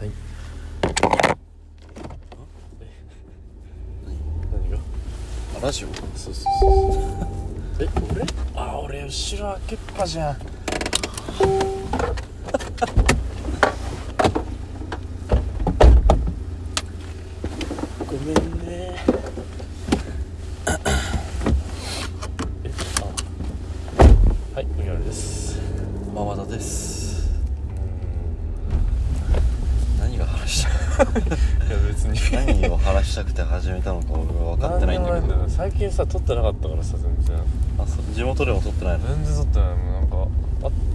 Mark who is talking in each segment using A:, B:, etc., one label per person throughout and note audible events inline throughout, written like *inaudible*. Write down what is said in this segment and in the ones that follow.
A: はい何が
B: あラジオ
A: そうそうそうそうえ俺あ俺後ろ開けっぱじゃん *laughs* ごめんねえあはい麦わらです
B: 馬場田です何が話した
A: いや別に
B: 何を話したくて始めたのか俺は分かってないんだけ
A: んでも
B: ど
A: いんだよ最近さ撮ってなかったからさ全然
B: あそう地元でも撮ってないの
A: 全然撮ってないもんなんか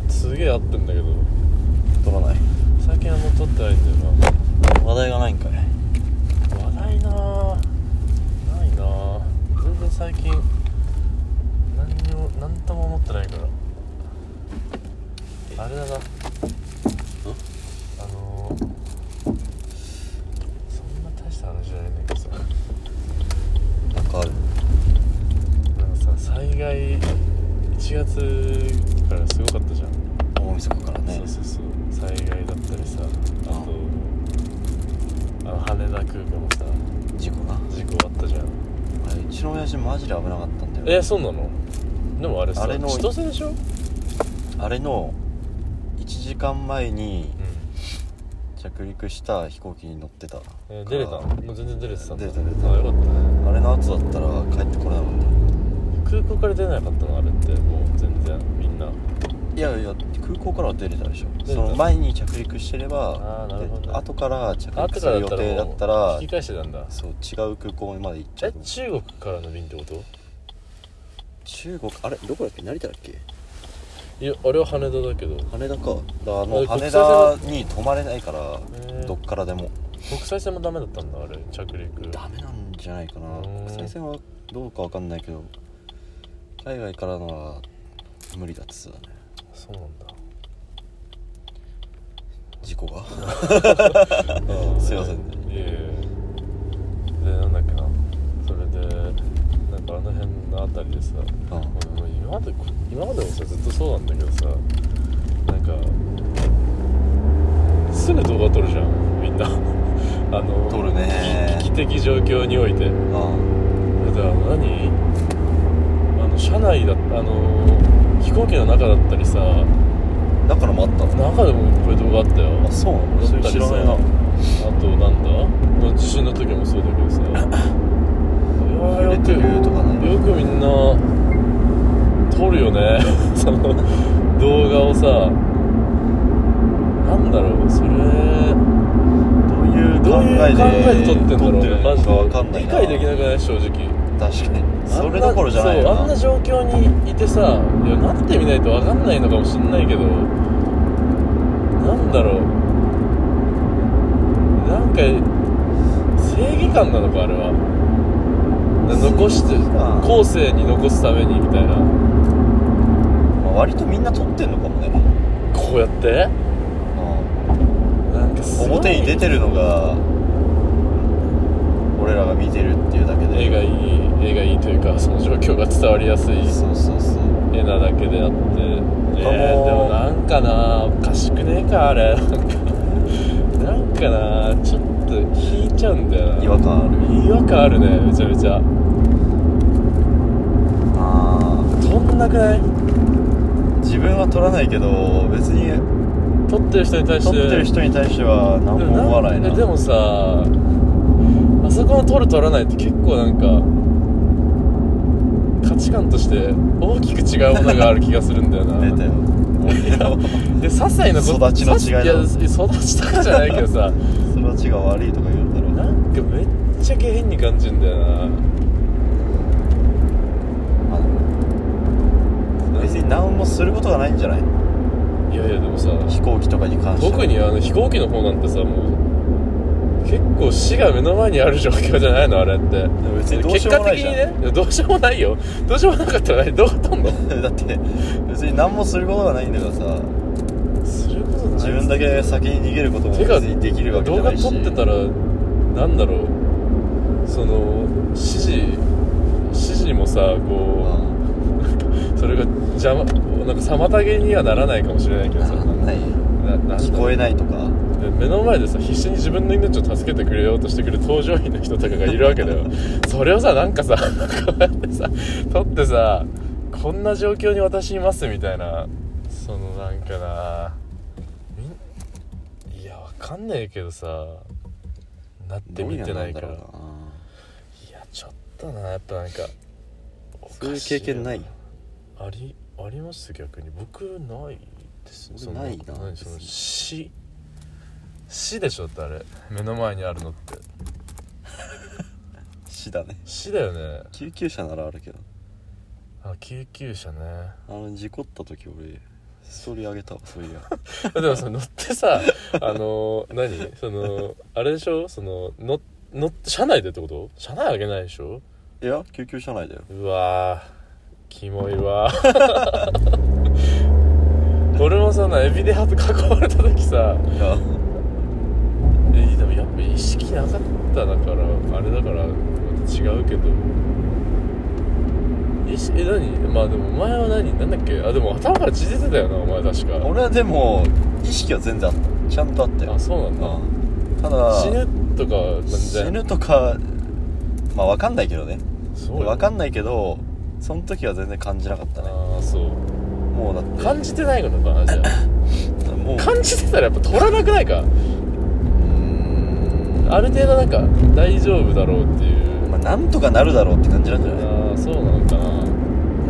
A: あすげえ合ってんだけど
B: 撮らない
A: 最近あんま撮ってないんだよな
B: 話題がないんかい
A: 話題なあないなあ全然最近何にも何とも思ってないからあれだなあのー、そんな大した話じゃないんだけどさ
B: なんかある
A: なんかさ災害1月からすごかったじゃん、
B: 大晦日からね
A: そうそうそう災害だったりさあとあの羽田空港のさ
B: 事故な
A: 事故あったじゃん
B: あれうちの親父マジで危なかったんだよね
A: えそうなのでもあれさ
B: あれの
A: 千歳でしょ、うん、
B: あれの1時間前に着陸した飛行機に乗ってた
A: えー出れたのもう全然出れてたんだ
B: 出れた出れた
A: あよかったね
B: あれの後だったら帰ってこれなかっ
A: 空港から出なかったのあれってもう全然みんな
B: たいやいや空港からは出れたでしょ
A: 出れた
B: その前に着陸してれば
A: あーなるほどね
B: で後から着陸
A: 後
B: す
A: から
B: る
A: だ
B: 予
A: った
B: 定だ
A: らも
B: った
A: う
B: ら
A: 引き返してたんだ
B: そう違う空港まで行っちゃ
A: え
B: う
A: 中国からの便ってこと
B: 中国あれどこだっけ成田だっけ
A: いやあれは羽田だけど
B: 羽田かだあ
A: あ
B: の
A: れ国
B: 羽
A: 際
B: 田に泊まれないから
A: ー
B: どっからでも
A: 国際線もダメだったんだあれ着陸
B: ダメなんじゃないかな
A: うーん
B: 国際線はどうかわかんないけど海外からなら無理だってさ
A: そうなんだ
B: 事故が *laughs* すいませんね
A: いやいやいやでなんだっけなそれでなんかあの辺の辺りでさ、
B: うん
A: 俺も今までこ今までもさずっとそうなんだけどさなんかすぐ動画撮るじゃんみんな *laughs* あの
B: 撮るね
A: 危機的状況において
B: ああ
A: だから何あの車内だあの飛行機の中だったりさ
B: だからもあったの
A: 中でもいっぱい動画あったよ
B: あそうなの
A: だ
B: そ
A: っ
B: れ
A: た
B: 知
A: り
B: ら
A: さ
B: ないな
A: あとなんだまあ地震の時もそうだけどさいやーよく
B: 揺れてるとかね
A: よくみんな撮るよね *laughs* その動画をさなんだろうそれ
B: どういう
A: どういう考えで撮ってんだろうねマジ
B: わかんな
A: で
B: い
A: 理
B: な
A: 解できなくない正直
B: 確かに
A: あんな
B: それどころじゃない
A: そうあん
B: よ
A: な
B: な
A: 状況にいてさいやなってみないと分かんないのかもしんないけどなんだろうなんか正義感なのかあれはな残して
B: 正義感
A: 後世に残すためにみたいな
B: まあ割とみんな撮ってんのかもね
A: こうやって
B: うん
A: なんかすごい
B: 表に出てるのが俺らが見てるっていうだけで
A: 絵がいい絵がいいというかその状況が伝わりやすい
B: そうそうそう
A: 絵なだけであってえー、でもなんかなおかしくねえかあれなん *laughs* かなんかなちょっと引いちゃうんだよな
B: 違和感ある
A: 違和感あるねめちゃめちゃ
B: あ
A: 撮んなくない
B: ー自分は撮らないけど別に
A: 撮ってる人に対し
B: 撮っててる人に対しては何
A: で
B: も思わないな
A: えでもさあそこの撮る撮らないって結構なんか価値観として大きく違うものがある気がするんだよな
B: 出たよもういや
A: で些細なこと
B: 育ちの違いだ
A: や育ちとかじゃないけどさ
B: それは違う悪いとか言うんだろうな
A: なんかめっちゃ下品に感じるんだよな
B: あ別に何もすることがないんじゃない
A: いやいやでもさ
B: 飛行機とかに関しては
A: 特にあの飛行機の方なんてさもう結構死が目の前にある状況じゃないのあれって
B: 別にどう
A: 結
B: しよう
A: 果
B: もな
A: 的
B: い
A: に
B: じゃん
A: ねいやどうしようもないよどうしようもなかったら何どう飛んの
B: *laughs* だって別に何もすることがないんだからさ
A: することない
B: 自分だけ先に逃げることも
A: て
B: 別
A: か
B: にできるわけじゃ
A: 動
B: な
A: 画
B: いし
A: 撮ってたらなんだろうその指示指示もさこ
B: うん
A: うそれが邪魔なんか妨げにはならないかもしれないけどさ
B: ならない
A: ななんだろう
B: 聞こえないとか
A: うで目の前でさ必死に自分の命を助けてくれようとしてくる搭乗員の人とかがいるわけ
B: *laughs*
A: だよそれをさなんかさこうやってさ取ってさこんな状況に私いますみたいなそのなんかなみんいやわかんねえけどさなってみてないから
B: どううんだろうない
A: やちょっとなやっぱなんかおかし
B: そういう経験ない
A: ありあります逆に僕ないです
B: 俺
A: その
B: ないな
A: 何その
B: 別に
A: 死死でしょってあれ目の前にあるのって
B: 死だね
A: 死だよね
B: 救急車ならあるけど
A: あ救急車ね
B: あの事故った時俺ストーリーあげたわそういや
A: でもさ乗ってさ *laughs* あの何そのあれでしょその乗乗って車内でってこと車内あげないでしょ
B: *laughs* いや救急車内だよ
A: うわーキモいわ *laughs* 俺もさなエビデハと囲まれた時さ
B: いや
A: えでもやっぱ意識なかっただからあれだからまた違うけど意識え何まあでもお前は何なんだっけあでも頭から血出てたよなお前確か
B: 俺はでも意識は全然あったちゃんとあったよ
A: あそうなんだ、
B: うんただ
A: 死ぬとかなんじゃ
B: 死ぬとかまあ分かんないけどね
A: そうよ
B: 分かんないけどその時は全然感じなかったね
A: ああそう
B: もうだって
A: 感じてないのかなじゃ
B: *clears throat* もう
A: あ感じてたらやっぱ取らなくないかある程度なんか大丈夫だろうっていう
B: まあなんとかなるだろうって感じなんじゃない
A: ああそうなのかな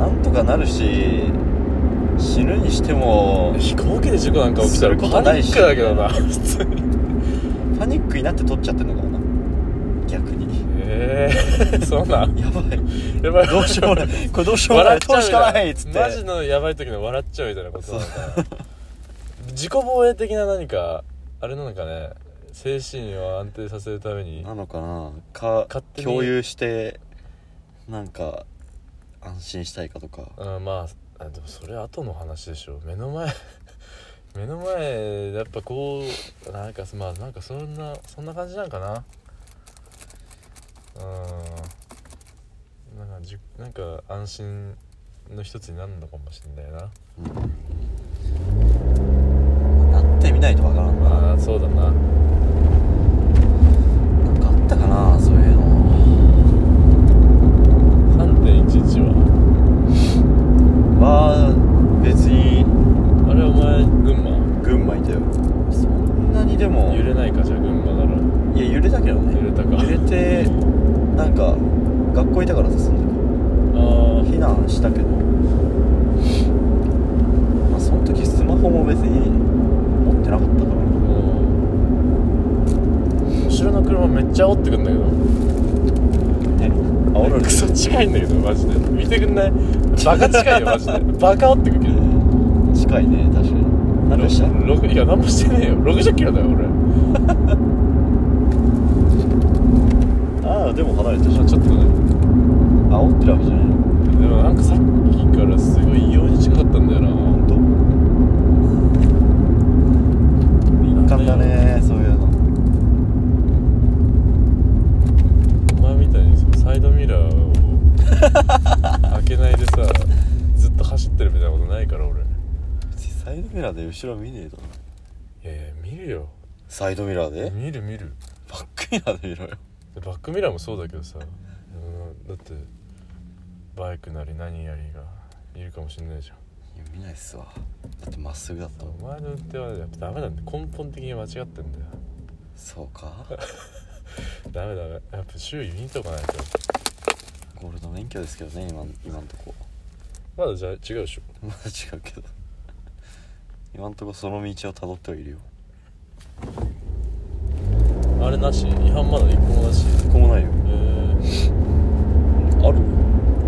B: なんとかなるし死ぬにしても
A: 飛行機で事故なんか起きたら
B: すること
A: パ
B: な
A: ニ
B: いし
A: ックだけどな普通に
B: パニックになって取っちゃってんのかもな逆に
A: ええー、 *laughs* そうなん
B: やばい
A: やばい
B: どうしようもないこれどうしようもな
A: 笑っちゃう
B: い取る
A: みい
B: したか
A: な
B: ないっつって
A: マジのやばい時の笑っちゃうみたいなことなのかな自己防衛的な何かあれなのかね精神を安定させるために
B: なのかなか
A: 勝手に
B: 共有してなんか安心したいかとか
A: うんまああでもそれ後の話でしょ目の前 *laughs* 目の前やっぱこうなんかまあなんかそんなそんな感じなんかなうんなんかじゅなんか安心の一つになるのかもしれないな
B: うんなってみないとわからんな
A: ああそうだな
B: なんかあったかなそういうの
A: 3.11は
B: は別に
A: あれお前群
B: 群馬いたよそんなにでも
A: 馬揺れないかじゃあ群馬なら
B: いや揺れたけどね
A: 揺れたか
B: 揺れてなんか学校いたからさその
A: あ
B: 時避難したけどまあその時スマホも別に持ってなかったから
A: あうん後ろの車めっちゃ煽ってくんだけど
B: ね煽られ
A: ク
B: て
A: ソ近いんだけどマジで見てくんないバカ近い
B: *laughs*
A: よマジでバカおってくけど
B: 近いね確かに何でした
A: ろくいや何もしてねえよ60キロだよ俺
B: ああでも離れてし
A: あちょっとね
B: 煽ってるわけじゃないの
A: でもなんかさっきからすごい異様に近かったんだよな
B: 本当敏感だねそういうの
A: お前みたいにそのサイドミラーを開けないでさずっと走ってるみたいなことないから俺い
B: 別にサイドミラーで後ろ見ねえだろ
A: やいや見るよ
B: サイドミラーで
A: 見る見る
B: バックミラーで見ろよ
A: でバックミラーもそうだけどさ、うんだってバイクなり何やりがいるかもしんないじゃん
B: いや見ないっすわだってまっすぐだったもん
A: お前の運転はやっぱダメなんだ根本的に間違ってんだよ
B: そうか
A: ダメダメやっぱ周囲見とかないと
B: ゴールド免許ですけどね今ん今んと *laughs* こ
A: まだじゃあ違うでしょ
B: まだ違うけど今んとこその道をたどってはいるよ
A: あれなし違反まだ一個もなし
B: ここもないよ *laughs*
A: えー、
B: ある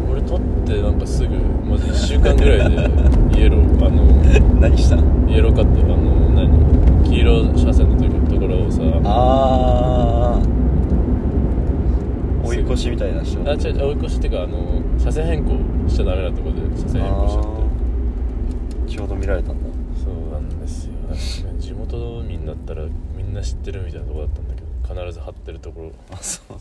A: 俺取ってなんかすぐまず1週間ぐらいでイエローあの
B: 何した
A: イエローカットあの何黄色車線の時のところをさ
B: あー追い越しみたいな人
A: あ違う違う追い越しっていうかあの車線変更しちゃダメなとこで車線変更しちゃって
B: あーちょうど見られたんだ
A: そうなんですよ確かに地元民だったらみんな知ってるみたいなとこだったんだけど必ず貼ってるところ
B: あそう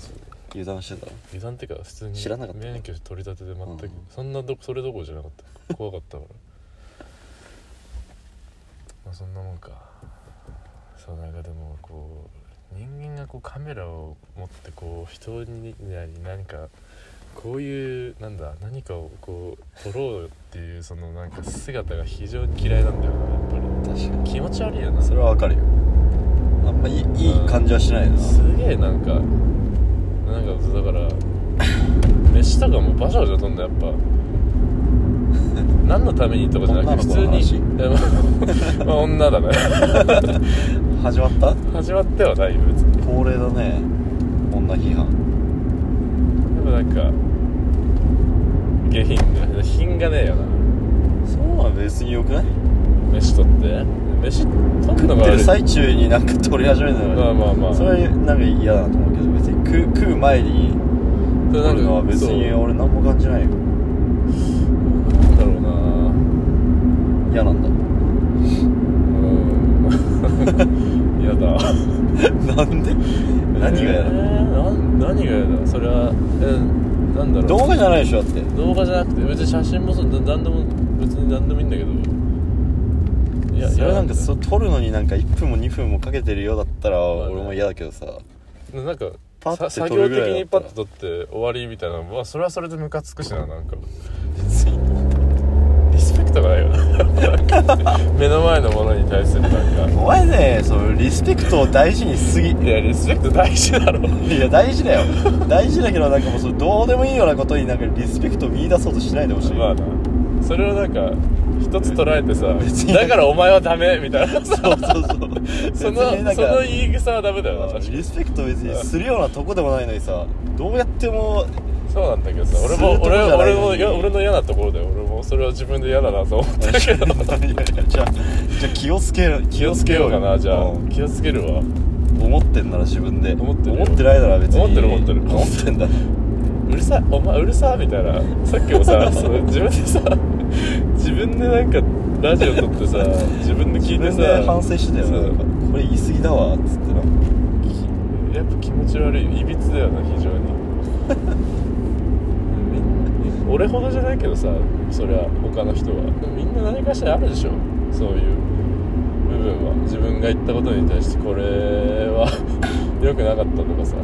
B: 油断してた
A: 油断っていうか普通に
B: 知らなかったね
A: 免許取り立てで全く、
B: うん
A: そんなどそれどころじゃなかった怖 *laughs* かったからまあそんなもんかそうなんかでもこう人間がこうカメラを持ってこう人になりなんかこういうなんだ何かをこう撮ろうっていうそのなんか姿が非常に嫌いなんだよなやっぱり
B: 確かに
A: 気持ち悪いよな
B: それはわかるよあんまいいいい感じはしないな
A: すげえなんかなんかだから飯とかもバシャバシャ飛んだやっぱ何のためにとかじゃなくて普
B: 女の
A: 通に
B: 子
A: い *laughs* やまあまあ女だね
B: 始まった
A: 始まってはないよ別に
B: 恒例だね女批判
A: でもなんか下品が品がねえよな
B: そうは別によくない
A: 飯取って飯取るの
B: 食
A: が
B: って
A: 悪
B: る
A: い
B: 最中になんか撮り始めたのに
A: まあまあまあ
B: それなんか嫌だなと思うけど別に食う食う前に
A: それ
B: 撮
A: なんか
B: るのは別に
A: そう
B: 俺何も感じないよ
A: なんだろうな
B: 嫌なん
A: うん *laughs* やだ
B: だなんで何が嫌
A: え
B: だ
A: ーなん何が嫌だそれはえなんだろう
B: 動画じゃないでしょだって
A: 動画じゃなくて別に写真もそうななんでも別に何でもいいんだけどい
B: それなんかそ
A: そう
B: 撮るのになんか1分も2分もかけてるようだったら
A: あね
B: 俺も嫌だけどさ
A: なんか
B: パッて
A: さ作
B: 撮る
A: 業
B: ぐ
A: 的
B: らいだ
A: に
B: った
A: パ
B: ら
A: ッと撮って終わりみたいなのはそれはそれでムカつくしななんか
B: 別に
A: リスペクトがないよななんか目の前のものに対するなんか
B: お前ねそのリスペクトを大事にしすぎ
A: いやリスペクト大事だろ
B: いや大事だよ大事だけどなんかもうそれどうでもいいようなことになんかリスペクトを見出そうとしないでほしい、
A: まあなそれをなんか一つ捉えてさ
B: 別に
A: だからお前はダメみたいなそ
B: そうそうそう *laughs* 別
A: の
B: になん
A: そ
B: か
A: の言い草はダメだよな確かに
B: リスペクト別にするようなとこでもないのにさどうやっても
A: そうなんだけどさ俺
B: する
A: も
B: とこじ
A: 俺
B: ゃない
A: 俺
B: のに
A: もいや俺の嫌なところだよ俺もそれは自分で嫌だなと思っ
B: い
A: て
B: や
A: るけど
B: いや *laughs* じゃあじゃあ気をつける
A: *laughs* 気をつけようかなじゃあ
B: うん
A: 気をつけるわ
B: 思ってんなら自分で
A: 思ってるよ
B: ないなら別に
A: 思ってる思ってる
B: 思ってんだ
A: うるさいお前うるさいみたいなさっきも
B: *laughs*
A: さその自分でさ自分でなんかラジオ撮ってさ自分で聞
B: 自
A: いて
B: 分
A: さ
B: で反省してたよね
A: そう
B: なんかこれ言い過ぎだわっつってな
A: きやっぱ気持ち悪いいびつだよな非常
B: *laughs*
A: にみ俺ほどじゃないけどさそりゃ他の人はでもみんな何かしらあるでしょそういう部分は自分が言ったことに対してこれは *laughs* 良くなかったとかさ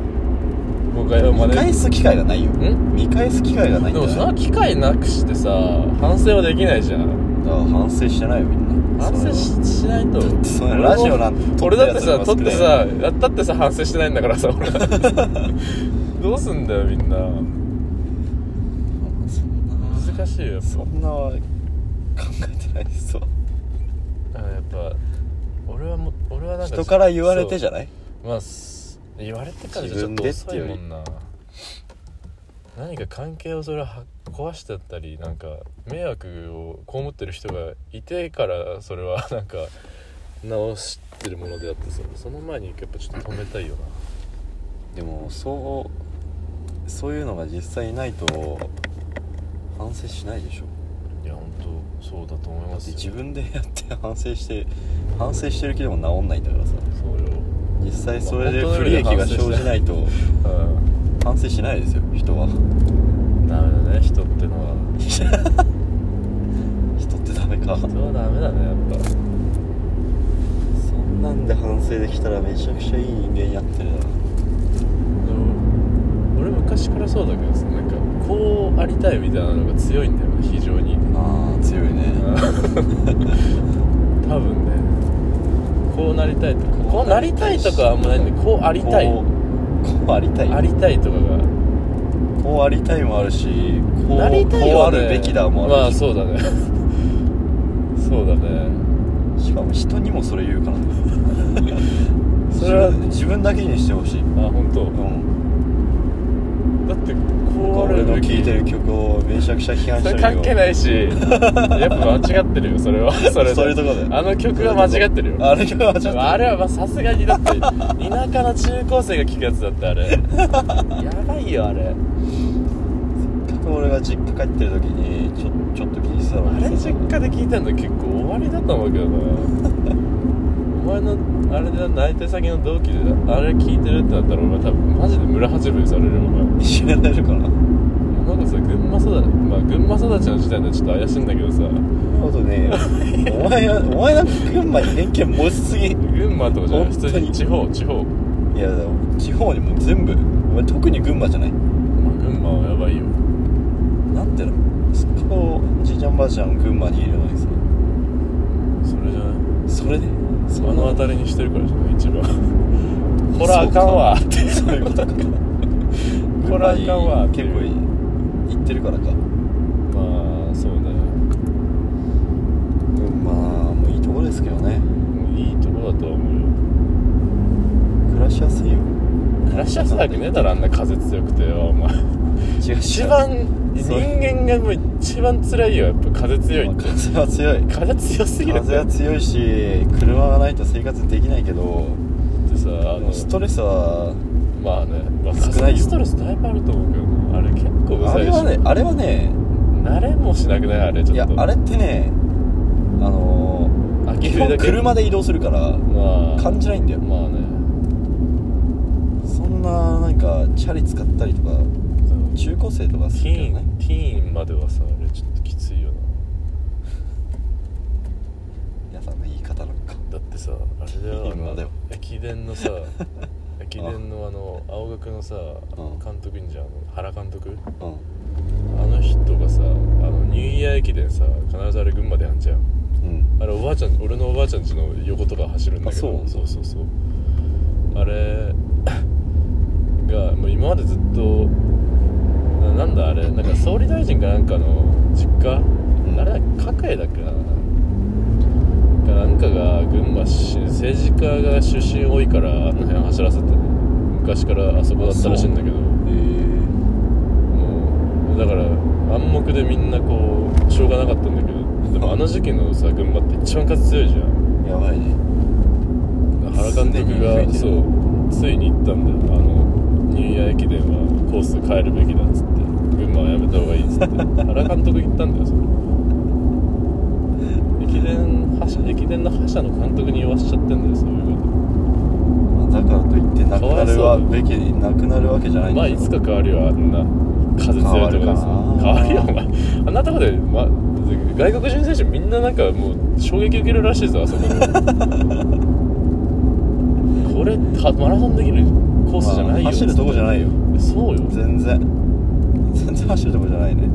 A: 誤解を
B: 見
A: 招
B: 返
A: い
B: す機会がないよ
A: ん
B: 見返す機会がないん
A: でも
B: だ
A: そ
B: よ
A: の機会なくしてさ反省はできないじゃん
B: だから反省してないよみんな
A: 反省ししないと
B: てそれラジオなんて撮っ
A: 俺
B: て
A: だっ
B: るや
A: て
B: つな
A: さ
B: んか
A: 撮
B: 少
A: っ
B: ない
A: てさやったってさ反省してないんだからさ俺
B: *laughs*
A: だってさどうすんだよみんな
B: そんな
A: 難しいよやっ
B: そんな考えてないですわ
A: ぱあやっぱ俺はも俺はなんか
B: 人から言われてじゃない
A: そうまあす言われてからじゃちょ
B: 自
A: っ
B: 分
A: と
B: でって
A: 遅い
B: い
A: う
B: より
A: もんな何か関係をそれは壊しちゃったりなんか迷惑を被ってる人がいてからそれはなんか直してるものであってそその前にやっぱちょっと止めたいよな
B: でもそうそういうのが実際ないと反省しないでしょ
A: いや本当そうだと思い
B: だ
A: ま
B: っ
A: す
B: て
A: よ
B: 自分でやって反省して反省してる気でも治んないんだからさ
A: そうよ
B: 実際それで不利益が生じないと
A: うん
B: 反省しないですよ人は
A: ダメだね人ってのは
B: 人ってダメか
A: 人はダメだねやっぱ
B: そんなんで反省できたらめちゃくちゃいい人間やってるな
A: でも俺昔からそうだけどさなんかこうありたいみたいなのが強いんだよね非常に
B: あー強いね
A: 多分ねこうなりたいとかこうなりたいとかはあんまないんでこうありたい
B: こうこうありたい
A: ありたいとかが
B: こうありたいもあるしこう
A: なりたい
B: こうあ
A: はね
B: るべきだもあるし、
A: まあそうだねそうだね
B: しかも人にもそれ言うからね
A: それは
B: 自分自分だけにしてほしい、
A: あ本当
B: うん、
A: だってこうあ
B: 俺
A: る
B: の
A: べ
B: 聴
A: き
B: いてる曲をめちゃくちゃ批判
A: そ
B: して
A: れ
B: る
A: 関係
B: い
A: ないしやっぱ間違ってるよそれ
B: *laughs*
A: はそれで
B: そういうとこだよ
A: あの曲は間違ってるよ
B: あれ曲は間違ってる
A: あれはまあさすがにだって田舎の中高生が聞くやつだってあれやばいよあれ
B: 俺が実家帰ってる時にちょちょっと聞いてたの
A: あれ
B: にさ
A: 実
B: *laughs*
A: 家で聞いたの結構終わりだと思うけどなお前のあれで内定先の同期であれ聞いてるってなったらお前多分マジで村八分にされるよお前
B: 知られるか
A: なな
B: ら
A: んかさ群馬育ちまあ群馬育ちの時代でちょっと怪しいんだけどさ
B: ことね
A: *laughs*
B: えよお前はお前なんか群馬に偏見持ちすぎい
A: 群馬とかじゃない普
B: 本当に
A: 通に地方地方ま
B: やでも地方にも全部お前特に群馬じゃない
A: あ群馬はやばいよ
B: なんていうのすっごいじいちゃんばあちゃん群馬にいるのにさ
A: それじゃない
B: それでそ
A: 目の当たりにしてるからじゃない一番
B: *laughs*
A: こらあ
B: そう
A: かんわ
B: そういう *laughs* ことか
A: こらあかんわ
B: 結構いい行ってるからか
A: まあそうだよ
B: まあもういいとこですけどね
A: もういいとこだとは思うよ
B: 暮らしやすいよ
A: 暮らしやすいわけねえだろあんな風強くてよお前
B: 違う
A: 一番人
B: そう
A: 間がもう一番辛いよやっぱ風強い
B: まあ
A: って
B: 風は強い
A: 風強すぎる
B: 風は強いし車がないと生活できないけど
A: ってさあ
B: でも
A: の
B: ストレスは
A: まあね、まあ、
B: 少
A: さす
B: な
A: が
B: いよ
A: にストレスだいぶあると思うけどなあれ結構う
B: あ
A: ざい
B: れ
A: でし
B: は
A: ょ、
B: ねあれはね
A: 慣れもしなくないあれちょ
B: い
A: っ
B: や
A: と
B: あれってねあの
A: あ
B: ー、
A: 基
B: 基
A: 本だ
B: 本
A: け
B: 車で移動するから
A: まあ
B: 感じないんだよ
A: まあね
B: そんななんかチャリ使ったりとか
A: そう
B: 中高生とか
A: テ
B: するけ
A: ィー
B: どね
A: ンティーンまではさあれちょっときついよ
B: 皆さんの言い方なんか
A: なだってさあれだ
B: ティ
A: よ
B: ーンまでは
A: あの駅伝の
B: *laughs*
A: さ駅伝のあの青学のさ
B: ん
A: 監督いんじゃんあの原監督
B: う
A: あの人がさあのニューイヤー駅伝さ必ずあれ群馬でやんじゃん
B: んうん
A: あれおばあちゃん俺のおばあちゃん家の横とか走るんだけど
B: あ
A: そ
B: そう
A: そうそうあれがもう今までずっとななんだあれなんか総理大臣かなんかの実家、
B: うん
A: あれだ角栄だっけながなんかが群馬し政治家が出身多いからあの辺走らせて昔からあそこだったらしいんだけど
B: え
A: も
B: ー、
A: うだから暗黙でみんなこうしょうがなかったんだけどでもあの時期のさ群馬って一番風強いじゃん
B: やばいね
A: 原監督
B: 常に増え
A: が
B: てる
A: そうついに行ったんだよあのニューイヤー駅伝はコース変えるべきだっつって群馬はやめた方がいいっつって原監督行ったんだよそれ駅伝覇者駅伝の覇者の監督に言わしちゃってんだよそういうこ
B: まあだからといってなくなる
A: かわ
B: わ
A: いそうだ
B: べきになくなるわけじゃない
A: と
B: ん
A: まあ
B: で
A: い
B: す
A: つか変わるよあんな風強いとこでさ変
B: 変わ
A: わる
B: る
A: よ
B: か
A: お
B: な
A: 前あんなとこで、ま、外国人選手みんななんかもう衝撃受けるらしいぞあ *laughs* そここれたマラソンできるコースじゃないよ、
B: まあ走るとこじゃないよ
A: そうよ
B: 全然全然走るとこじゃないねで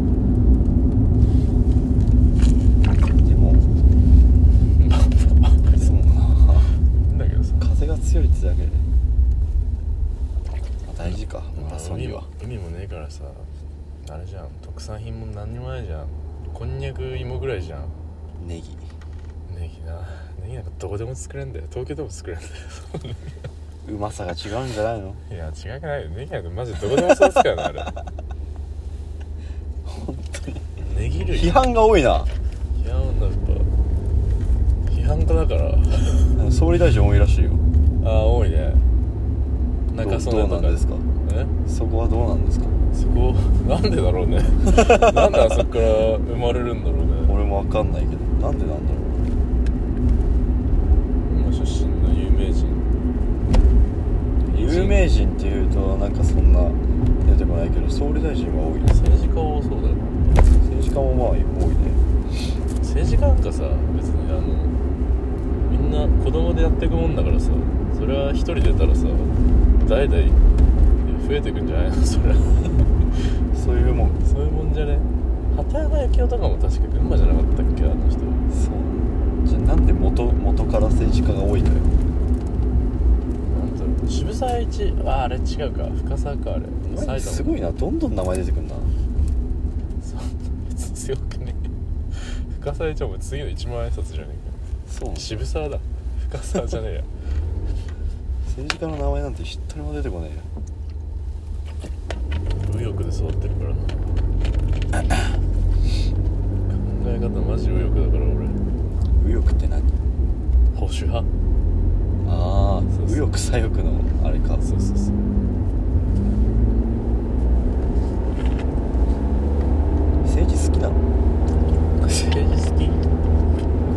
B: もでもな
A: だけどさ
B: 風が強いってだけで、まあ大事かマラソンには
A: 海も海もねえからさあれじゃん特産品も何にもないじゃんこんにゃく芋ぐらいじゃん
B: ネギ
A: ネギなネギなんかどこでも作れんだよ東京でも作れんだよ
B: うまさが違うんじゃないの
A: いや違くないよネギなんてマジどこでもそうですからねあれ
B: 本当に
A: ネギ類
B: 批判が多いない
A: やなんか批判家だから
B: 総理大臣多いらしいよ
A: ああ多いね
B: ど
A: 中
B: う
A: 曽
B: ど
A: 根
B: うな
A: と
B: ん
A: か
B: ですか
A: え
B: そこはどうなんですか
A: そこなんでだろ *laughs* うねなんであそこから生まれるんだろうね
B: 俺もわかんないけどなんでなんだろう
A: 今出身の有名人
B: 有名人っていうとなんかそんな出てこないけど総理大臣は多いです
A: 政治家多そうだよ
B: 政治家もまあ多いね
A: 政治家なんかさ別にあのみんな子供でやっていくもんだからさそれは一人出たらさ代々増えていくんじゃないの *laughs* それは
B: そういうもん
A: そういうもんじゃね畑山幸雄とかも確か群馬じゃなかったっけあの人
B: そうじゃあなんで元元から政治家が多いのよ
A: なんだろう渋沢栄一ああれ違うか深沢かあれ
B: お前すごいなどんどん名前出てくんな
A: そう別に *laughs* 強くね深沢栄一はもう次の一万円札じゃね
B: そ
A: え
B: うな
A: か
B: の
A: 渋沢だ深沢じゃねえや
B: 政治家の名前なんて一人も出てこないよ
A: 右翼で育ってるからな考え方マジ右翼だから俺
B: 右翼って何
A: 保守派
B: ああ
A: そうそう
B: 右翼左翼のあれか
A: そうそうそう
B: 政治好きなの
A: 政治好き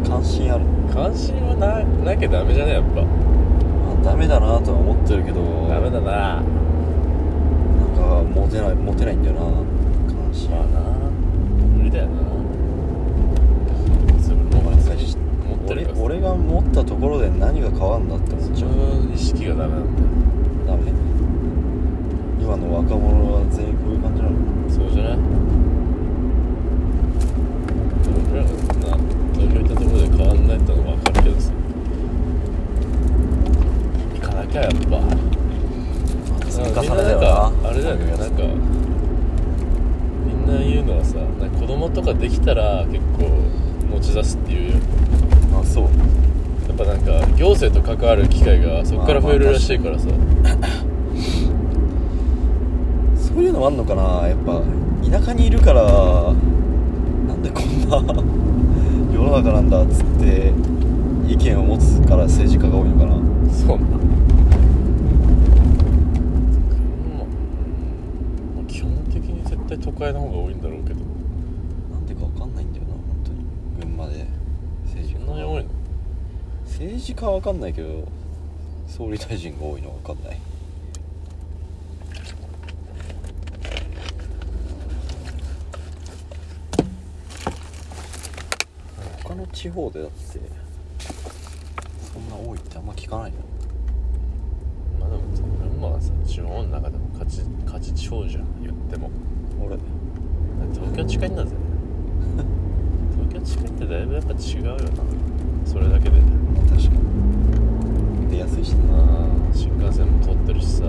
B: 関心ある
A: 関心はななきゃダメじゃねやっぱ
B: あダメだなとは思ってるけど
A: ダメだな
B: なんかモテないモテないんだよな関し、
A: まあな無理だよなそれもう別に持ってる
B: 俺
A: から
B: 俺が持ったところで何が変わんだって思っ
A: 自
B: ちゃう
A: 分意識がダメなん
B: ダメ今の若者は全員こういう感じなの
A: だよそうじゃない俺らがそんな東京行ったところで変わんないってのは分かるけどさ行かなきゃやっぱ
B: 積み重ね
A: みんな
B: だよ
A: んか
B: な
A: あれだよねなんかみんな言うのはさなんか子供とかできたら結構持ち出すっていうよ
B: あそう
A: やっぱなんか行政と関わる機会がそこから増えるらしいからさ、
B: そういうのあんのかなやっぱ田舎にいるからなんでこんな世の中なんだっつって意見を持つから政治家が多いのかな
A: そうなんまあ基本的に絶対都会の方が多いんだろうけど
B: なんでかわかんないんだよな本当に群馬で政
A: そ
B: 治
A: んなに多いの
B: 政治家はわかんないけど総理大臣が多いのはわかんない他の地方でだってそんな多いってあんま聞かないの
A: まあでも群馬はさ地方の中でも勝ち勝ち地方じゃん言っても
B: 俺
A: 東京近いんだぜ東京近いってだいぶやっぱ違うよなそれだけで
B: 確かに出やすいしな
A: うん新幹線も通ってるしさ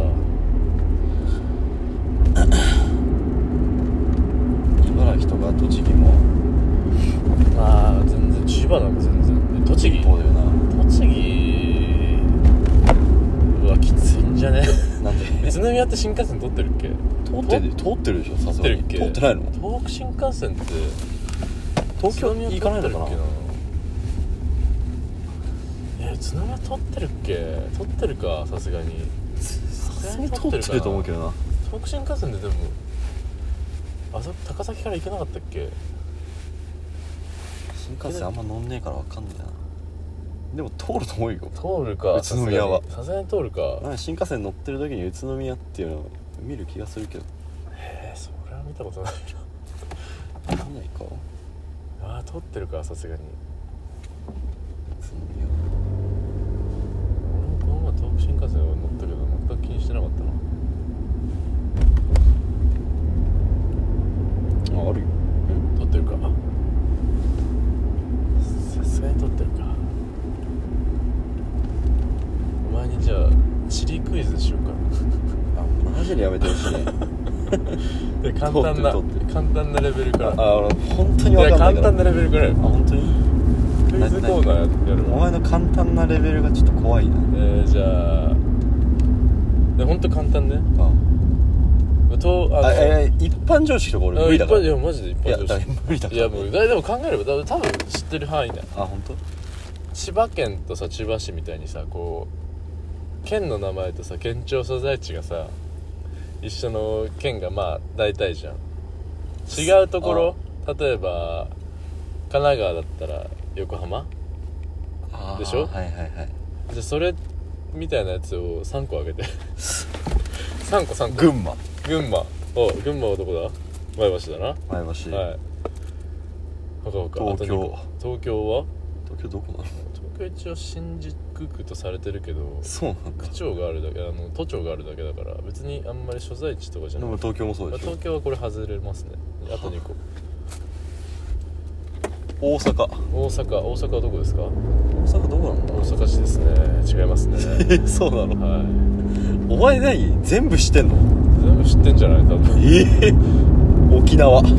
B: 茨城とか栃木も
A: まあ全然千葉なんか全然栃木
B: 一方だよな
A: 栃木はきついんじゃね
B: なんで
A: 宇都宮って新幹 *laughs* 線通ってるっけ
B: 通ってる通ってるでしょさ
A: 通
B: す
A: っ
B: が
A: てる
B: に
A: っけ
B: 通ってないの
A: 東北新幹線って
B: 東京
A: 宇都宮
B: 行かないのかな
A: 通ってるっけなえ宇都宮通ってるっけ通ってるかさすがに
B: さ
A: す
B: す
A: が
B: が
A: に
B: に
A: 通
B: 通
A: っ
B: って
A: るかな
B: てると思うけどな
A: 東北新幹線ででもあそこ高崎から行けなかったっけ
B: 新幹線あんま乗んねえからわかんねえなでも通ると思うよ
A: 通るか
B: 宇都宮は
A: さすがにさすがに通る
B: なん
A: か
B: か新幹線乗ってる時に宇都宮っていうのを見る気がするけど
A: えー、それは見たことない
B: わかんないか宇
A: なあー通ってるかさすがに
B: 都宮
A: 俺もこの前東北新幹線は乗ったけど全く気にしてなかったな
B: ああるよ
A: 撮ってるかさすがに撮ってるかお前にじゃあ地理クイズしようか
B: あマジでやめて
A: *laughs*
B: ほしいね
A: で簡単な
B: 撮ってる撮って
A: 簡単なレベルか
B: あ
A: ら
B: あ俺本当に
A: い
B: わ
A: や
B: かんな
A: 簡
B: いから
A: 単なレベルからやる
B: あ本当に
A: クイズコーナーやる
B: お
A: わ
B: 前の簡単なレベルがちょっと怖いな
A: えー、じゃあで本当簡単ね
B: あ
A: とあ
B: あ
A: の
B: あいや一般常識とか俺無理だから
A: いやマジで一
B: いや
A: 般常
B: だから
A: 識
B: 無理だか
A: い
B: ら
A: やもうでも考えれば多分多分知ってる範囲だ
B: あ本当
A: 千葉県とさ千葉市みたいにさこう県の名前とさ県庁所在地がさ一緒の県がまあ大体じゃん違うところ例えば神奈川だったら横浜
B: あー
A: でしょ
B: はいはいはい
A: じゃあそれみたいなやつを3個あげて3個3個
B: 群馬
A: 群馬お群馬はどこだ前橋だなは
B: 前橋、
A: い他他あと
B: 東
A: 二
B: 京
A: 個東京は
B: 東京どこなの
A: 東京一応新宿区とされてるけど
B: そうなんだ
A: 区長があるだけあの都庁があるだけだから別にあんまり所在地とかじゃ
B: で
A: ない
B: も東京もそう
A: まあ
B: でしょ
A: 東京はこれ外れますねあと2個
B: 大阪大
A: 大阪大阪はどこですか
B: 阪どこなんだ
A: 大阪市ですね違います
B: *laughs*
A: ね
B: えそうなの
A: は
B: お前何全部知ってんの
A: い全部知ってんじゃない多分
B: ええ沖縄
A: 沖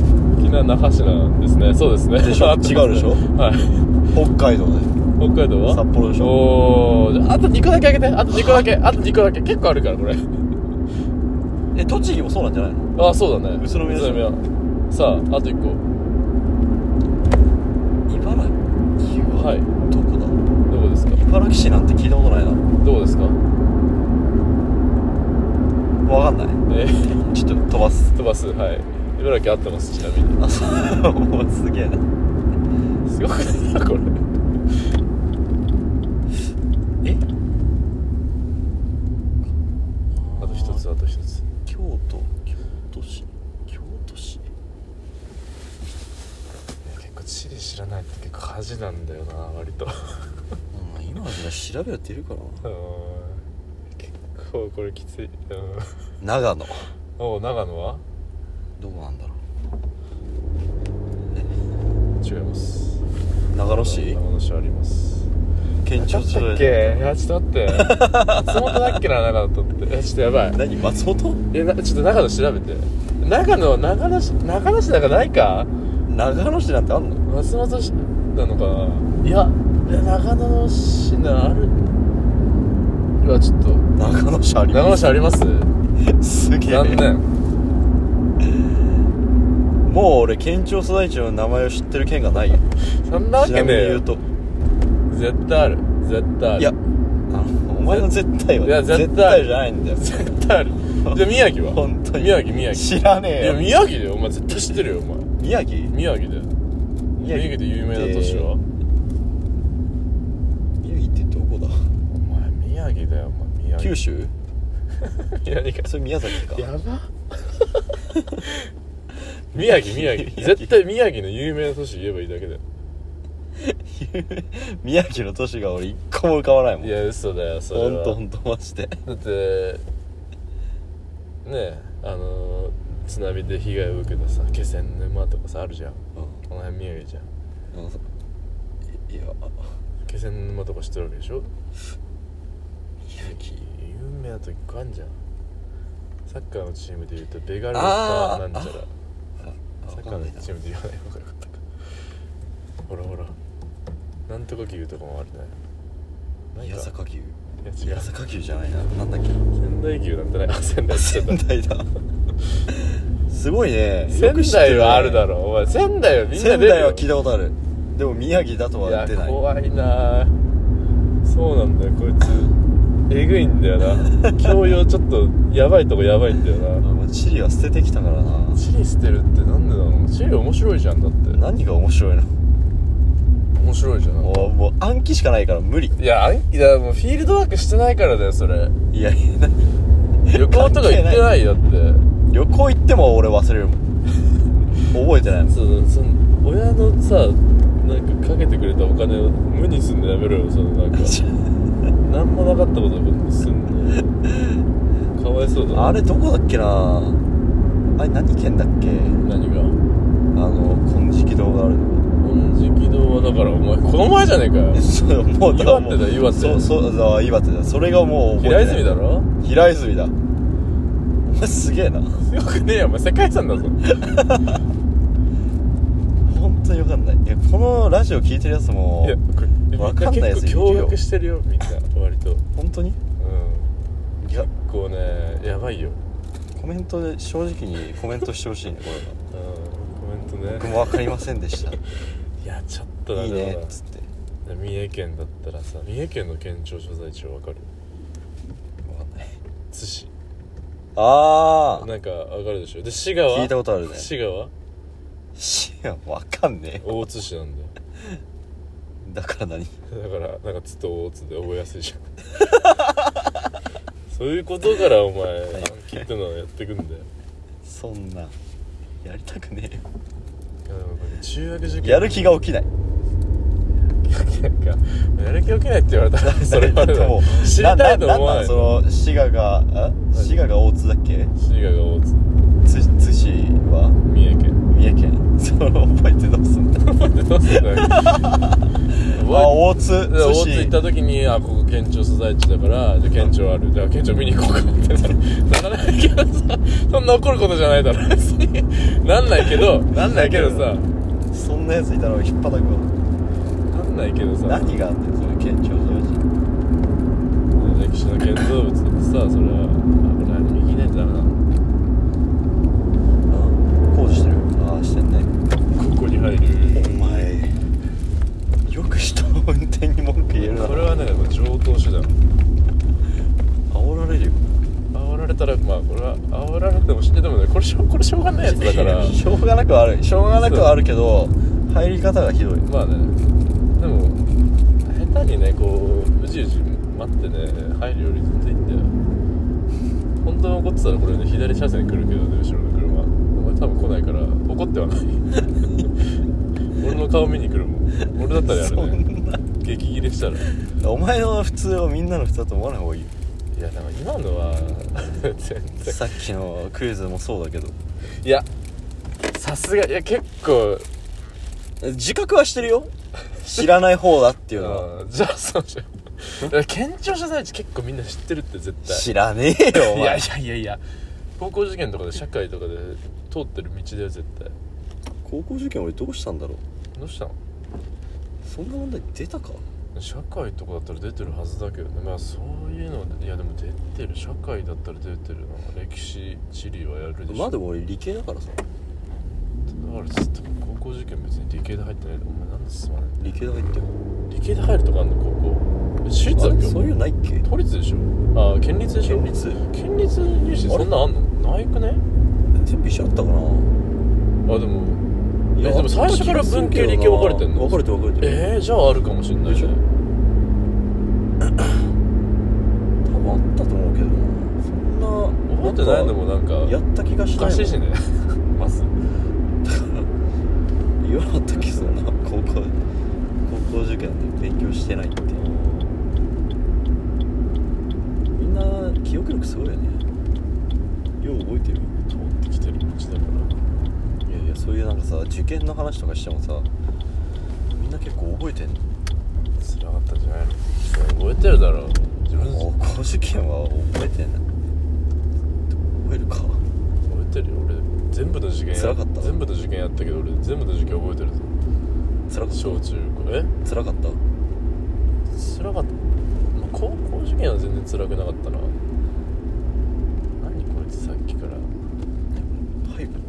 A: 縄那覇市なんですねそうですね
B: でし
A: *laughs*
B: ょ
A: 合ってますね
B: 違うでしょ
A: はい
B: 北海道で
A: 北海道は
B: 札幌でしょ
A: おーじゃああと2個だけあげてあと2個だけあと2個だけ結構あるからこれ
B: え栃木もそうなんじゃないの
A: あそうだね
B: 宇都宮でしょ
A: 宇都宮さああと1個
B: 茨城は、
A: はい
B: どこだ
A: どこですか
B: 茨城市なんて聞いたことないな
A: どこですか
B: わかんない
A: えー
B: ちょっと飛ばす
A: 飛ばすはい茨城合ってますちなみに
B: あそうお前すげえな
A: すごくないなこれ
B: え
A: あと一つあと一つ
B: 京都京都市京都市
A: 恥なんだよな割と *laughs*
B: うん、今の時代調べは出るからな
A: うん結構これきつい、うん、
B: 長野
A: おう長野は
B: どうなんだろう
A: 違います
B: え長野市
A: 長野市あります
B: 県庁時
A: だっ
B: 代
A: けいやちょっと待って *laughs* 松本だっけな長野とっていやちょっとやばい
B: 何松本
A: いやなちょっと長野調べて長野長野市長野市なんかないか
B: 長野市なんてあんの
A: 松本市なのかないやいや長野市なあるうわちょっと
B: 長野市あり
A: 長野
B: ま
A: 市あります
B: すすげえ
A: 残念
B: もう俺県庁所在地の名前を知ってる県がないよ
A: そんなわ
B: ち
A: け
B: なみに
A: ねえ
B: 言う
A: よ
B: と
A: 絶対ある絶対ある
B: いやあのお前の絶対はい
A: や絶対
B: 絶対じゃないんだよ
A: 絶対あ
B: *laughs*
A: るじゃあ宮城は
B: 本当に
A: 宮城宮城
B: 知らね
A: い
B: え
A: や
B: よ
A: 宮城だよお前絶対知ってるよお前
B: 宮城
A: 宮城だよ宮城で有名な都市は
B: 宮城ってどこだ
A: お前宮城だよお前宮城 *laughs*
B: 九州
A: 宮城か
B: それ宮崎か
A: やば *laughs* 宮城宮城絶対宮城の有名な都市言えばいいだけだよ
B: 宮城の都市が俺一個も浮かばないもん
A: いや嘘だよそれ
B: ほ
A: は
B: んとほんとマジで
A: だってねえあの津波で被害を受けたさ気仙沼とかさあるじゃん
B: う
A: この辺宮城じゃん
B: んなんかいいや
A: 気仙沼とか知ってるわけでしょ
B: 宮城
A: 有名なとこ一個あんじゃんサッカーのチームでいうとベガルタなんちゃら
B: あ
A: サ
B: わ
A: ッカ
B: か
A: ーの
B: んないな
A: チームで言わない方がよかったかほらほらなんとか牛とかもあるねない
B: 宮
A: か
B: 坂牛
A: いや違
B: 宮
A: う
B: 坂牛じゃないななんだっけ
A: 仙台牛なんてないあ仙台って言っちゃっ
B: 仙台だすごいね
A: た仙台はあるだ
B: ろ
A: ろお前仙台はみんな
B: 仙
A: 出るよ
B: 台は聞いたことあるでも宮城だとは出
A: い
B: な
A: や
B: い
A: 怖いなそうなんだよこいつえぐいんだよな教養ちょっとやばいとこやばいんだよな
B: あもうチリは捨ててきたからな
A: チリ捨てるってなんでだろうチリ面白いじゃんだって
B: 何が面白いの
A: 面白いじゃん
B: もうもう暗記しかないから無理
A: いやあんいやもうフィールドワークしてないからだよそれ
B: いやいや何
A: 旅行とか行ってないよだって
B: 旅行行っても俺忘れるも
A: *laughs*
B: ん覚えてないもん
A: そうその親のさなんかかけてくれたお金を無にすんのやめろよその *laughs* なんか何もなかったことにすんのかわいそうだな
B: あれどこだっけなあれ何県だっけ
A: 何が
B: あの金色堂があるの *laughs*
A: 金色堂はだからお前この前じゃねえか *laughs* よ
B: そうもうだからもう
A: 岩手だ岩手
B: そうそうそう岩手だそれがもう覚
A: 平
B: えてない
A: 泉だろ
B: 平泉だお前すげえな
A: よくねえよお前世界遺産だぞ
B: 本当にわかんないいやこのラジオ聞いてるやつも
A: いやこれみ
B: わかんないやついる
A: 結
B: よ
A: 構驚愕してるよみんな割とうん
B: 本当にいや
A: こうねやばいよ
B: コメントで正直にコメントしてほしいねこれは
A: うんコメントね
B: 僕も分かりませんでしたい
A: いやちょっとだ
B: い
A: か
B: ね
A: ら
B: っつって
A: 三重県だったらさ三重県の県庁所在地はわかる
B: わかんない
A: 津市
B: ああ
A: なんかわかるでしょで滋賀は
B: 聞いたことあるね
A: 滋賀は
B: しや分かんね
A: 大津市なんだよ
B: えだから何
A: だからなんか津と大津で覚えやすい
B: *laughs*
A: じゃんそういうことからお前暗記ってのはやってくんだよ
B: そんなやりたくねえよ
A: いやでもこれ中学受験
B: やる気が起きない
A: なんかやる気起きないって言われ
B: *laughs*
A: たらそれ
B: だ
A: は
B: ってもう
A: 知りたいと
B: な
A: 思わ
B: な
A: なんい
B: その滋賀があ滋賀が大津だっけ
A: 滋賀が大津
B: つ津市は
A: 三重県
B: 三重県 *laughs* その覚えてどうすんだ
A: 待ってどうすんだよ
B: *laughs* あ大津
A: で大津
B: 津
A: 行っ
B: 市
A: た時にあここ県庁所在地だからじゃあ県庁あるじゃあ県庁見に行こうかって *laughs* なるならないけどさそんな怒ることじゃないだろ別になんないけどなんないけどさ
B: そんなやついたら俺引っ張たくわ
A: なんないけどさ
B: 何があんだよその県庁所
A: 歴史の建造物だってさそれはあこれあれ右ねダメなの
B: 在地工事してるああしてんね
A: ここに入る
B: お前よく人の運転に文句言えるな
A: これはねやっぱ上等手段
B: 煽られるよ
A: 煽られたらまあこれは煽られても知っててもねこれしょこれしょうがないやつだから
B: *laughs* しょうがなくはあるしょうがなくはあるけど入り方がひどい
A: まあねでも下手にねこううじうじ待ってね入るより全然いいんだよ本当に怒ってたらこれね左車線来るけどね後ろの車お前多分来ないから怒ってはない *laughs* 俺の顔見に来るもん俺だったらや
B: そ
A: るね
B: んな
A: 激切れしたらい
B: お前の普通をみんなの普通だと思わない方がいいよ
A: やでも今のは *laughs* 全然
B: さっきのクイズもそうだけど
A: いやさすがいや結構
B: 自覚はしてる *laughs* よ知らない方だっていうのは
A: あーじゃあそうじゃんいや県庁所在地結構みんな知ってるって絶対
B: 知らねえよお
A: いや
B: 前
A: いやいやいや高校受験とかで社会とかで通ってる道だよ絶対
B: 高校受験俺どうしたんだろう
A: どうしたの
B: そんな問題出たか
A: 社会とかだったら出てるはずだけどねまあそういうのいやでも出てる社会だったら出てるな歴史地理はやるでしょ
B: まあでも俺理系だからさ
A: だからちょっと高校受験別に理系で入ってないでお前なんで進まない
B: 理系で入ってよ
A: 理系で入るとかあんの高校え私立
B: あ
A: だっ
B: れ
A: け
B: そういうのないっけ
A: 都立でしょあ県立でしょ
B: 県立
A: 県立入試そんなんあんのないくね
B: 全部一緒だったかな
A: あでも
B: い
A: えでも最初から文系理系分かれてんの
B: 分かれてる分かれてる
A: えー、じゃああるかもしんない
B: でし
A: ね
B: ょ多分あったと思うけどなそんな
A: 覚えてないのもなんか
B: やった気がし
A: お
B: ない
A: かしいしねま
B: *laughs*
A: ず
B: 言わなかったっけそんな高校高校受験で勉強してないってみんな記憶力すごいよねよう覚えてる
A: 通ってきてる道だから
B: いやいやそういうなんかさ受験の話とかしてもさみんな結構覚えてんの
A: 辛かったんじゃないの覚えてるだろ自分覚
B: 高校受験は覚えてんの覚えるか
A: えてるよ俺全部の受験や
B: 辛かった
A: 全部の受験やったけど俺全部の受験覚えてるぞ
B: 辛かっ
A: 小中高え
B: た辛かった
A: 辛かった、まあ高校受験は全然辛くなかったな何こいつさっきから
B: 入るのか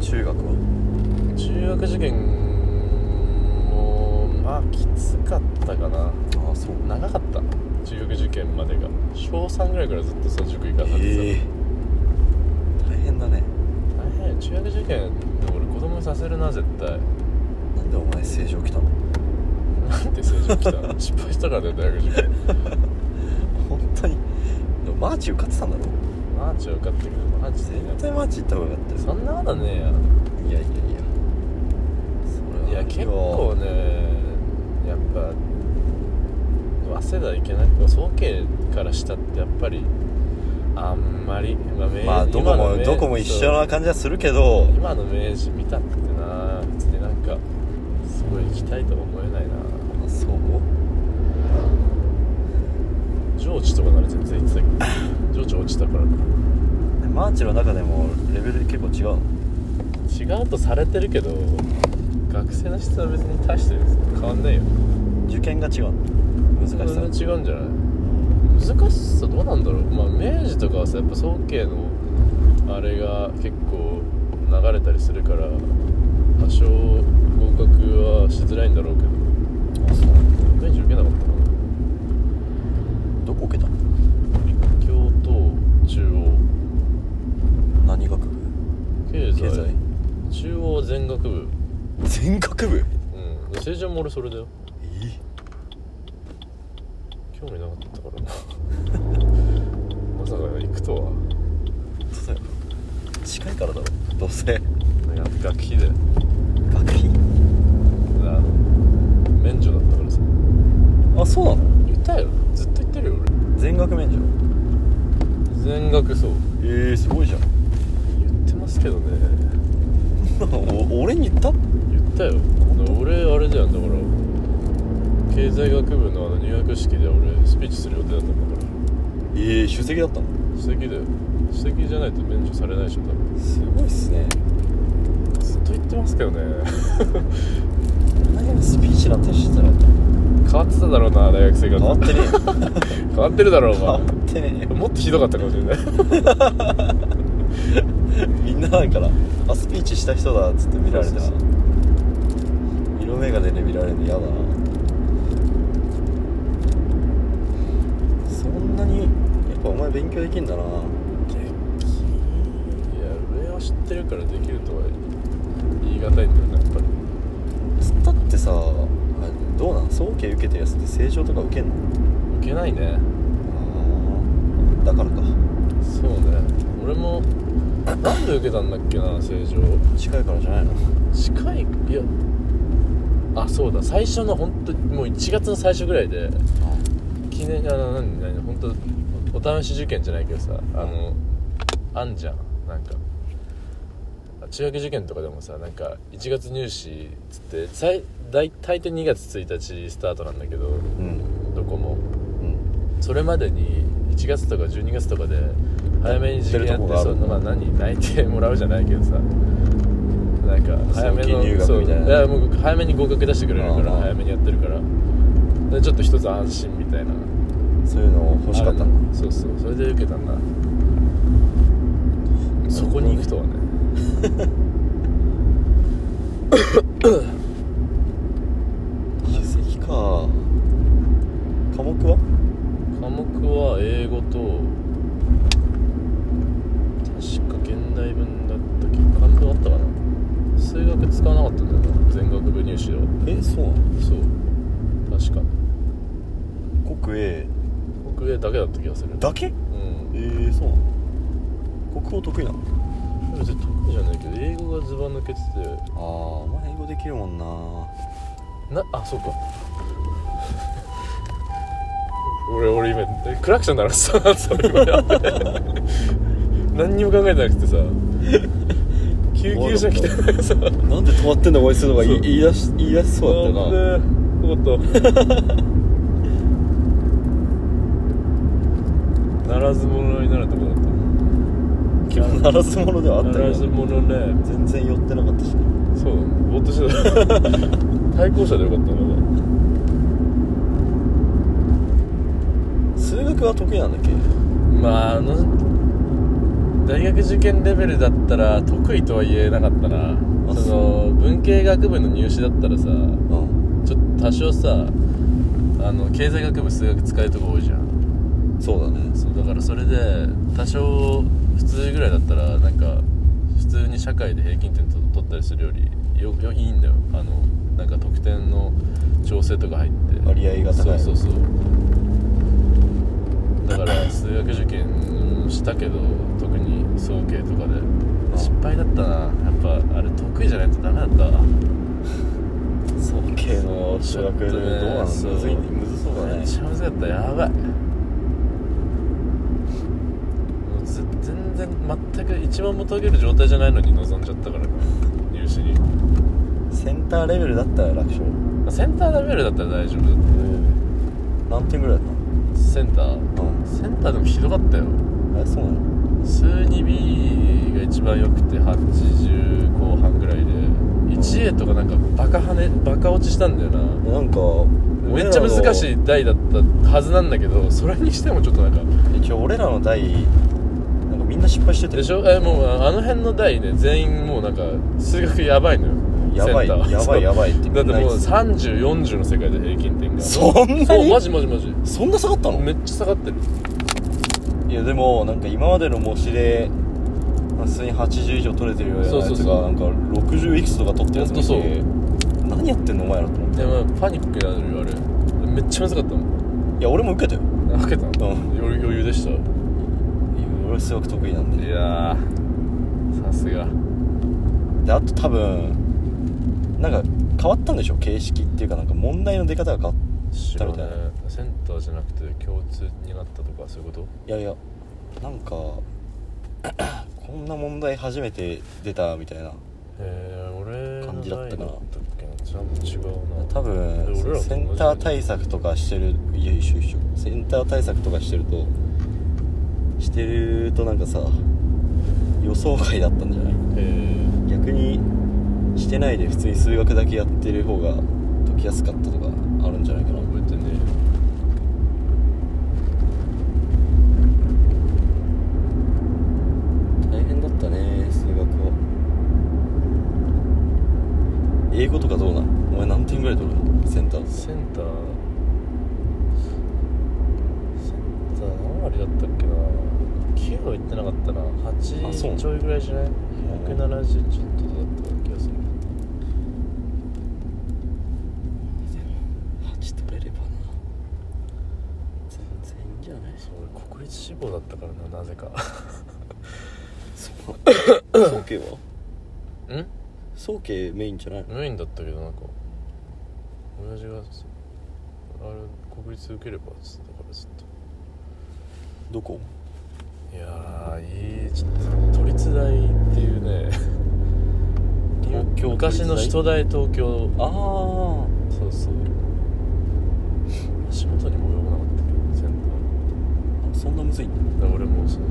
B: 中学は
A: 中学受験もまあきつかったかな
B: ああそう
A: 長かった中学受験までが小3ぐらいからずっとさ塾行かなくてさ、
B: ええ大変だね
A: 大変よ中学受験で俺子供にさせるな絶対
B: なんでお前正常来たの
A: なんで成績来たの
B: *laughs*
A: 失敗したからだよ大学受験
B: 本当にでもマーチ受かってたんだろ
A: マーチは受かったけどマーチでいいな
B: 絶対マーチ行った方がよかった
A: そんなことねえよ
B: よいやいやいやそ
A: い
B: れは
A: や結構ねやっぱ早稲田行けなくて早慶からしたってやっぱりあんまり、まあ明
B: まあどこ
A: 今の
B: も
A: 明
B: どこも一緒
A: そう
B: な感じはするけど
A: 今の明治見たってな別になんかすごい行きたいとは思えないな
B: あそう
A: 上智とかなら全然行ってたけど上智落ちたからな
B: でマーチの中でもレベル結構違うの
A: 違うとされてるけど学生の質は別に大して変わんないよ
B: 受験が違うの難しさ
A: 全然違うんじゃない難しさどうなんだろうまあ明治とかはさやっぱ早慶のあれが結構流れたりするから多少合格はしづらいんだろうけど
B: あそう
A: 明治受けなかったかな
B: どこ受けたの
A: 立教と中央
B: 何学部
A: 経済
B: 経済
A: 中央全学部
B: 全学部
A: うん成城も俺それだよ
B: え
A: 興味なかったからな *laughs* まさか行くとは
B: そうだよ近いからだろどうせ
A: 学費で
B: 学費
A: あの免除だったからさ
B: あそうなの
A: 言ったよずっと言ってるよ
B: 全額免除
A: 俺全額そう
B: ええすごいじゃん *laughs*
A: 言ってますけどね
B: お俺に言った
A: 言ったよ俺あれじゃんだから経済学部のあの入学式で俺スピーチする予定だったんだから
B: ええ首席だったの
A: 首席だよ首席じゃないと免除されないでしょ多分
B: すごいっすね
A: ずっと言ってますけどね *laughs*
B: 何のスピーチなんてしてたら
A: 変わってただろうな大学生が
B: 変わってね
A: 変わってるだろう
B: え *laughs* 変わ
A: お
B: ってね
A: *laughs*
B: え
A: 前もっとひどかったかもしれない
B: みんなだからあスピーチした人だっつって見られてな
A: そうそう
B: 色眼鏡で見られるの嫌だなそんなにやっぱお前勉強できんだない
A: や上を知ってるからできるとは言い難いんだよねやっぱり
B: つったってさあれどうなん早慶受けてるやつって正常とか受けんの
A: 受けないね
B: ああだからか
A: 俺もなんで受けたんだっけな正常
B: 近いからじゃないの
A: 近いいやあそうだ最初の本当にもう1月の最初ぐらいで記念あの何何本当お試し受験じゃないけどさあのあんじゃんなんか中学受験とかでもさなんか1月入試っつって最大大抵2月1日スタートなんだけど
B: うん
A: どこも
B: うん
A: それまでに1月とか12月とかで早めに受験や
B: 出ると
A: っ
B: こ
A: て
B: があ
A: そ
B: る
A: のまあ何内定もらうじゃないけどさなんか早め
B: 早期入
A: の
B: 学みたいな
A: そうやもう早めに合格出してくれるか
B: あ
A: ら
B: あ
A: 早めにやってるからでちょっと一つ安心みたいな
B: そういうの欲しかった
A: あ
B: ん
A: るそうそうそれで受けたんだそこに行くとはね
B: だ出席か科目は
A: 科目は英語と確か現代文だったっけ漢文あったかな数学使わなかったんだよな全学部入試を
B: えそうな
A: そう確か
B: の国英
A: 国英だけだった気がする
B: だけ
A: うん
B: えー、そうなの国語得意なの
A: 別に得意じゃないけど英語がずば抜けて
B: ああお前英語できるもんな
A: てなあそうか俺俺今えクラクション鳴らしたな *laughs* それ今やって何にも考えてなくてさ救急車来てさ
B: *laughs* なんで止まってんだこいつとか言い
A: そう
B: 言い出し言い出しそうだったよな
A: なんでよかったならず者になるとこだった
B: 気分鳴らすものではあった
A: な
B: け
A: らず
B: ど
A: 者ね
B: 全然寄ってなかったし
A: そうだねぼーっとしてた *laughs* 対向車でよかったのま
B: 数学は得意なんだっけ
A: だまああの大学受験レベルだったら得意とは言えなかったな
B: あ
A: その文系学部の入試だったらさ
B: うん
A: ちょっと多少さあの経済学部数学使えるとこ多いじゃん
B: そうだね
A: そうだからそれで多少普通ぐらいだったらなんか普通に社会で平均点と取ったりするよりよよいいんだよあのなんか得点の調整とか入って
B: 割合が高い
A: そうそうそうだから数学受験したけど特に総計とかで失敗だったなやっぱあれ得意じゃないとダメだったわ
B: そう系の中学どうなんだむず
A: そう
B: いねむずそうだ
A: め
B: ね
A: っちゃむずかったやばいもうず全然全く一番も解ける状態じゃないのに臨んじゃったからな入試に
B: センターレベルだったら楽勝
A: センターレベルだったら大丈夫だっ
B: 何点ぐらいだった
A: センター
B: たのうん
A: センターでもひどかったよ
B: えそうなの
A: 数 2B が一番良くて80後半ぐらいで 1A とかなんかバカ跳ねバカ落ちしたんだよな
B: えなんか
A: めっちゃ難し
B: い
A: い題だったはずなんだけどそれにしてもちょっとなんか
B: 一応俺らの代なんかみんな失敗してて
A: でしょえもうああの辺の代ね全員もうなんか数学やばいのよ
B: やばい
A: センターは
B: やばいやばいって
A: そうだってもう
B: みんな
A: 3040の世界で平均点が
B: そんなに
A: そうマジマジマジ
B: そんな下がったの
A: めっちゃ下がってる
B: いやでもなんか今までの模試でまあ普通に80以上取れてるようなやつが
A: そうそうそう
B: なんか60いくつとか取ってるやつ見
A: ほん
B: て何やってんのお前らと思って
A: でもパニックになるよあれめっちゃ難かったもん
B: いや俺も受けたよ
A: あかけたの、
B: うん
A: 余余裕でしたい
B: 俺数学得意なんで
A: やーさすが
B: であと多分なんか変わったんでしょ形式っていうかなんか問題の出方が変わっ
A: 知
B: ら
A: ら
B: ね
A: ねセンターじゃなくて共通になったとかそういうこと
B: いやいやなんか *clears throat* こんな問題初めて出たみたいな
A: えー、俺の
B: 感じだったかな
A: 代だったっけなちゃんと違うな
B: 多
A: で俺ら
B: 分
A: も
B: センター
A: 同じだよね
B: 対策とかしてるいや一緒一緒センター対策とかしてるとしてるとなんかさ予想外だったんじゃない
A: えー
B: 逆にしてないで普通に数学だけやってる方が解きやすかったとかあるんじゃないかな
A: 覚えてね
B: 大変だったね数学は英語とかどうなんお前何点ぐらい取るのセンター
A: センターセンター何割だったっけな9は行ってなかったな
B: あそう
A: 8ちょいぐらいじゃない170ちょっとだった気がする
B: 8取れればな全然いいんじゃない
A: *laughs* そう俺国立志望だったからななぜか
B: *coughs* 宗慶は
A: ん
B: 宗慶メインじゃないの
A: メインだったけどなんか親父がそあれ国立受ければっつってたからずっ
B: どこと
A: いやーいいちょっと都立大っていうね
B: 東京都立
A: 昔
B: 大
A: の首都大東京
B: ああ
A: そうそう足元にも及ばなかったけど全部
B: そんなむずいんだ
A: だから俺もその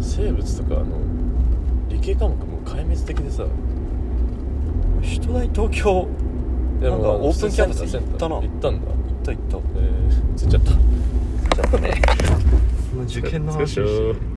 A: 生物とかあの理系科目も壊滅的でさ
B: 首都大東京
A: で
B: なんかオープンキャンパス
A: センター
B: 行ったな
A: 行ったんだ
B: 行った行っ
A: えー、ついちゃった
B: *laughs* たじゃあね受験の話して
A: お疲れ様